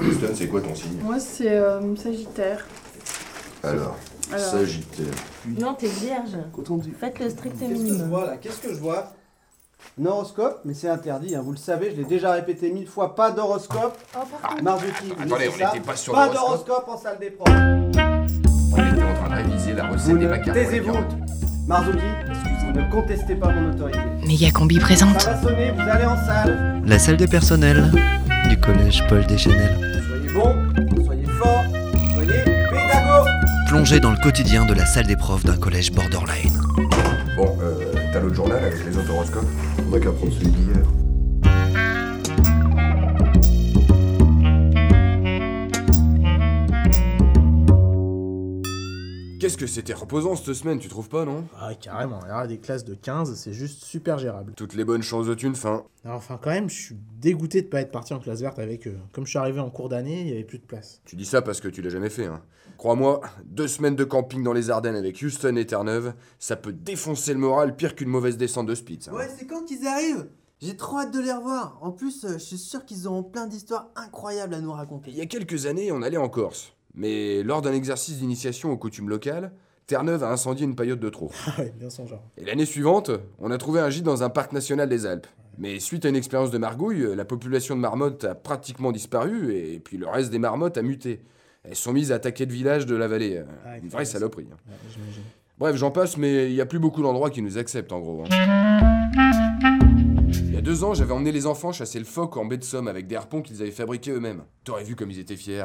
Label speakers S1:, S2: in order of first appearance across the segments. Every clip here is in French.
S1: Houston, c'est quoi ton signe
S2: Moi, c'est euh, Sagittaire.
S1: Alors,
S2: Alors.
S1: Sagittaire.
S3: Non, t'es vierge.
S4: Coton dit.
S3: Faites le strict
S5: Qu'est-ce que je
S6: Mmh.
S3: minimum.
S5: vois là Qu'est-ce que je vois
S4: Un horoscope, mais c'est interdit, hein, vous le savez, je l'ai déjà répété mille fois, pas d'horoscope. Ah, Marzuki, vous
S1: Attendez,
S4: laissez
S1: on
S4: ça.
S1: n'était pas sur
S4: Pas
S1: l'horoscope.
S4: d'horoscope en salle des profs.
S1: On était en train de réviser la recette
S4: Vous
S1: des
S4: ne-
S1: macarons.
S4: Taisez-vous. Marzuki, vous ne contestez pas mon autorité.
S7: Megacombi présente
S4: Ça va sonner, vous allez en salle.
S8: La salle de personnel du collège Paul Deschanel.
S4: Soyez bon, soyez fort, soyez pédagogue.
S8: Plongée dans le quotidien de la salle des profs d'un collège borderline.
S1: Bon, euh, t'as l'autre journal avec les autres horoscopes On n'a qu'à prendre celui d'hier.
S9: Qu'est-ce que c'était reposant cette semaine, tu trouves pas, non
S5: Ah, carrément, là, des classes de 15, c'est juste super gérable.
S9: Toutes les bonnes chances de une fin.
S5: Enfin, quand même, je suis dégoûté de pas être parti en classe verte avec eux. Comme je suis arrivé en cours d'année, il y avait plus de place.
S9: Tu dis ça parce que tu l'as jamais fait, hein. Crois-moi, deux semaines de camping dans les Ardennes avec Houston et Terre-Neuve, ça peut défoncer le moral pire qu'une mauvaise descente de speed, ça.
S6: Ouais, c'est quand qu'ils arrivent J'ai trop hâte de les revoir. En plus, euh, je suis sûr qu'ils auront plein d'histoires incroyables à nous raconter.
S9: Il y a quelques années, on allait en Corse. Mais lors d'un exercice d'initiation aux coutumes locales, Terre-Neuve a incendié une paillote de trop.
S5: Ah ouais, bien son genre.
S9: Et l'année suivante, on a trouvé un gîte dans un parc national des Alpes. Mais suite à une expérience de margouille, la population de marmottes a pratiquement disparu et puis le reste des marmottes a muté. Elles sont mises à attaquer le village de la vallée.
S5: Ah,
S9: Euh, Une vraie
S5: c'est-
S9: saloperie. hein.
S5: Ouais, j'imagine.
S9: Bref, j'en passe, mais il n'y a plus beaucoup d'endroits qui nous acceptent en gros. hein. Il y a deux ans, j'avais emmené les enfants chasser le phoque en baie de Somme avec des harpons qu'ils avaient fabriqués eux-mêmes. T'aurais vu comme ils étaient fiers.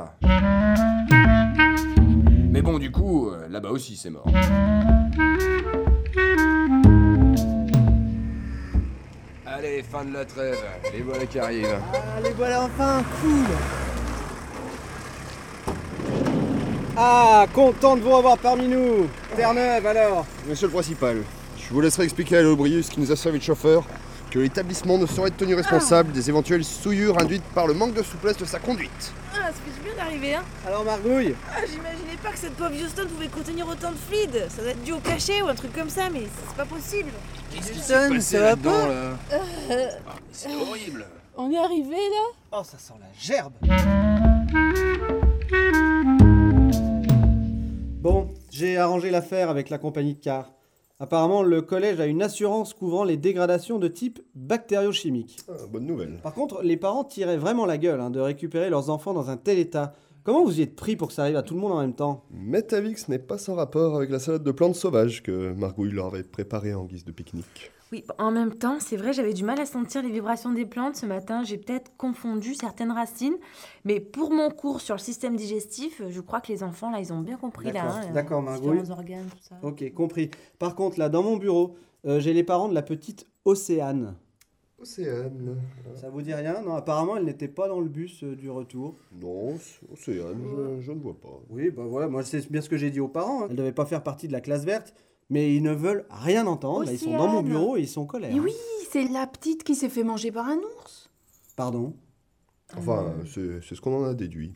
S9: Mais bon, du coup, euh, là-bas aussi, c'est mort. Allez, fin de la trêve. Les voilà qui arrivent.
S6: Ah, les voilà enfin Cool
S4: Ah, content de vous revoir parmi nous. Terre-Neuve alors.
S10: Monsieur le principal, je vous laisserai expliquer à l'Aubrius qui nous a servi de chauffeur que l'établissement ne saurait être tenu responsable des éventuelles souillures induites par le manque de souplesse de sa conduite.
S3: Ah, ça fait du bien d'arriver, hein.
S4: Alors Margouille,
S3: Ah, j'imaginais pas que cette pauvre Houston pouvait contenir autant de fluide. Ça doit être dû au cachet ou un truc comme ça, mais c'est pas possible.
S6: Houston, ça va pas
S9: C'est horrible.
S3: On est arrivé là
S4: Oh, ça sent la gerbe Bon, j'ai arrangé l'affaire avec la compagnie de car. Apparemment, le collège a une assurance couvrant les dégradations de type bactériochimique.
S10: Ah, bonne nouvelle.
S4: Par contre, les parents tiraient vraiment la gueule hein, de récupérer leurs enfants dans un tel état. Comment vous y êtes pris pour que ça arrive à tout le monde en même temps
S10: Metavix n'est pas sans rapport avec la salade de plantes sauvages que Margouille leur avait préparée en guise de pique-nique.
S3: Oui, en même temps, c'est vrai, j'avais du mal à sentir les vibrations des plantes ce matin. J'ai peut-être confondu certaines racines. Mais pour mon cours sur le système digestif, je crois que les enfants, là, ils ont bien compris. là,
S4: D'accord,
S3: hein,
S4: d'accord,
S3: les
S4: Margot.
S3: différents organes, tout ça.
S4: Ok, compris. Par contre, là, dans mon bureau, euh, j'ai les parents de la petite Océane.
S10: Océane.
S4: Ça vous dit rien Non, apparemment, elle n'était pas dans le bus euh, du retour.
S10: Non, c'est Océane, je, je ne vois pas.
S4: Oui, bah voilà, moi c'est bien ce que j'ai dit aux parents. Hein. Elles devaient pas faire partie de la classe verte, mais ils ne veulent rien entendre. Là, ils sont dans mon
S2: Océane.
S4: bureau et ils sont en colère.
S2: Mais oui, c'est la petite qui s'est fait manger par un ours.
S4: Pardon.
S10: Enfin, c'est c'est ce qu'on en a déduit.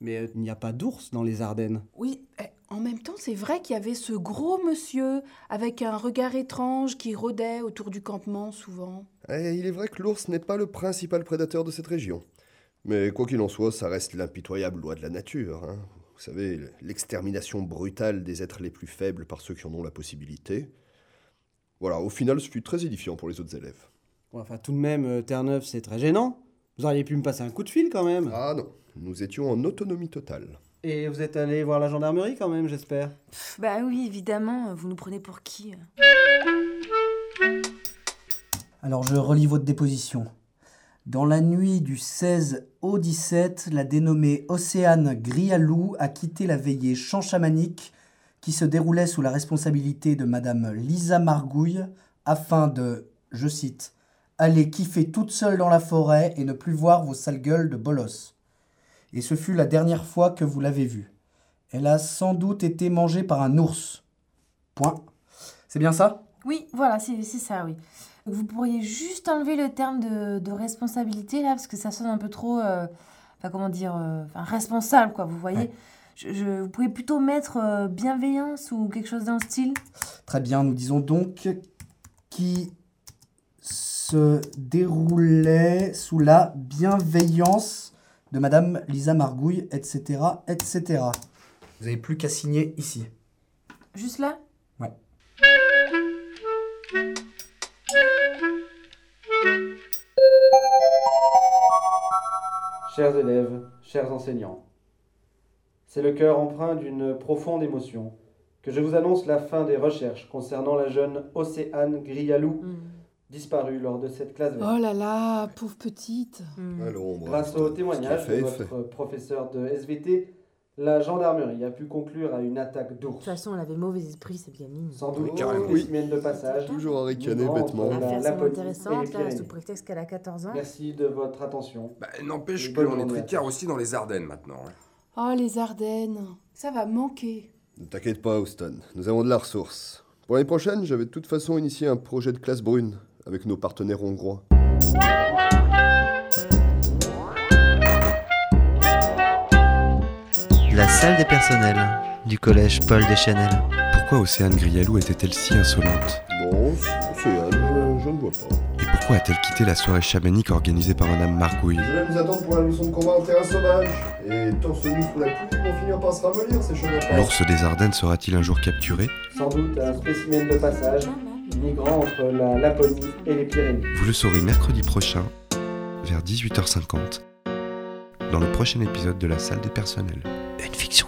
S4: Mais euh, il n'y a pas d'ours dans les Ardennes.
S2: Oui, eh, en même temps, c'est vrai qu'il y avait ce gros monsieur avec un regard étrange qui rôdait autour du campement souvent.
S10: Eh, il est vrai que l'ours n'est pas le principal prédateur de cette région. Mais quoi qu'il en soit, ça reste l'impitoyable loi de la nature. hein. Vous savez, l'extermination brutale des êtres les plus faibles par ceux qui en ont la possibilité. Voilà, au final, ce fut très édifiant pour les autres élèves.
S4: Bon, enfin, tout de même, euh, Terre-Neuve, c'est très gênant. Vous auriez pu me passer un coup de fil quand même.
S10: Ah non, nous étions en autonomie totale.
S4: Et vous êtes allé voir la gendarmerie quand même, j'espère.
S3: Pff, Bah oui, évidemment, vous nous prenez pour qui euh
S11: Alors je relis votre déposition. Dans la nuit du 16 au 17, la dénommée Océane Grialou a quitté la veillée champ chamanique qui se déroulait sous la responsabilité de Madame Lisa Margouille afin de, je cite, aller kiffer toute seule dans la forêt et ne plus voir vos sales gueules de bolos. Et ce fut la dernière fois que vous l'avez vue. Elle a sans doute été mangée par un ours. Point. C'est bien ça
S3: Oui, voilà, c'est c'est ça, oui. Vous pourriez juste enlever le terme de, de responsabilité, là, parce que ça sonne un peu trop, euh, enfin, comment dire, euh, enfin, responsable, quoi, vous voyez.
S11: Ouais.
S3: Je, je- vous pouvez plutôt mettre euh, bienveillance ou quelque chose dans le style.
S11: Très bien, nous disons donc qui se déroulait sous la bienveillance de Madame Lisa Margouille, etc., etc. Vous n'avez plus qu'à signer ici.
S3: Juste là
S11: Ouais.
S4: Chers élèves, chers enseignants, c'est le cœur empreint d'une profonde émotion que je vous annonce la fin des recherches concernant la jeune Océane Grialou,
S3: Hmm.
S4: disparue lors de cette classe verte.
S2: Oh là là, pauvre petite.
S3: Hmm.
S10: Allons,
S4: Grâce au témoignage de votre professeur de SVT, la gendarmerie a pu conclure à une attaque
S3: De
S4: d'ours.
S3: toute façon, elle avait mauvais esprit, cette gamine.
S4: Sans doute
S10: carrément.
S4: des spécimens de passage.
S10: Toujours à ricaner
S4: Nous
S10: bêtement.
S4: rentrons dans
S3: Affaire
S4: la
S3: seulement
S4: police et les
S3: intéressante, là,
S4: Pyrénées.
S3: sous prétexte qu'elle a 14 ans.
S4: Merci de votre attention.
S9: Bah, N'empêche
S4: Une bonne
S9: qu'on est
S4: journée à
S9: tricard aussi dans les Ardennes maintenant. hein.
S2: Oh, les Ardennes. Ça va manquer.
S10: Ne t'inquiète pas, Houston, nous avons de la ressource. Pour l'année prochaine, j'avais de toute façon initié un projet de classe brune avec nos partenaires hongrois.
S8: La salle des personnels du collège Paul Deschanel.
S7: Pourquoi Océane Grialou était-elle si insolente
S10: Bon, c'est euh, je ne vois pas.
S7: Et pourquoi a-t-elle quitté la soirée chamanique organisée par Madame Margouille
S10: Je vais nous attendre pour la leçon de combat en terrain sauvage. Et torse nu sous la pluie, on finir par se ramollir, ces cheveux.
S7: L'ours des Ardennes sera-t-il un jour capturé
S4: Sans doute un spécimen de passage, migrant entre la Laponie et les Pyrénées.
S7: Vous le saurez mercredi prochain, vers 18h50, dans le prochain épisode de la salle des personnels.
S8: Une fiction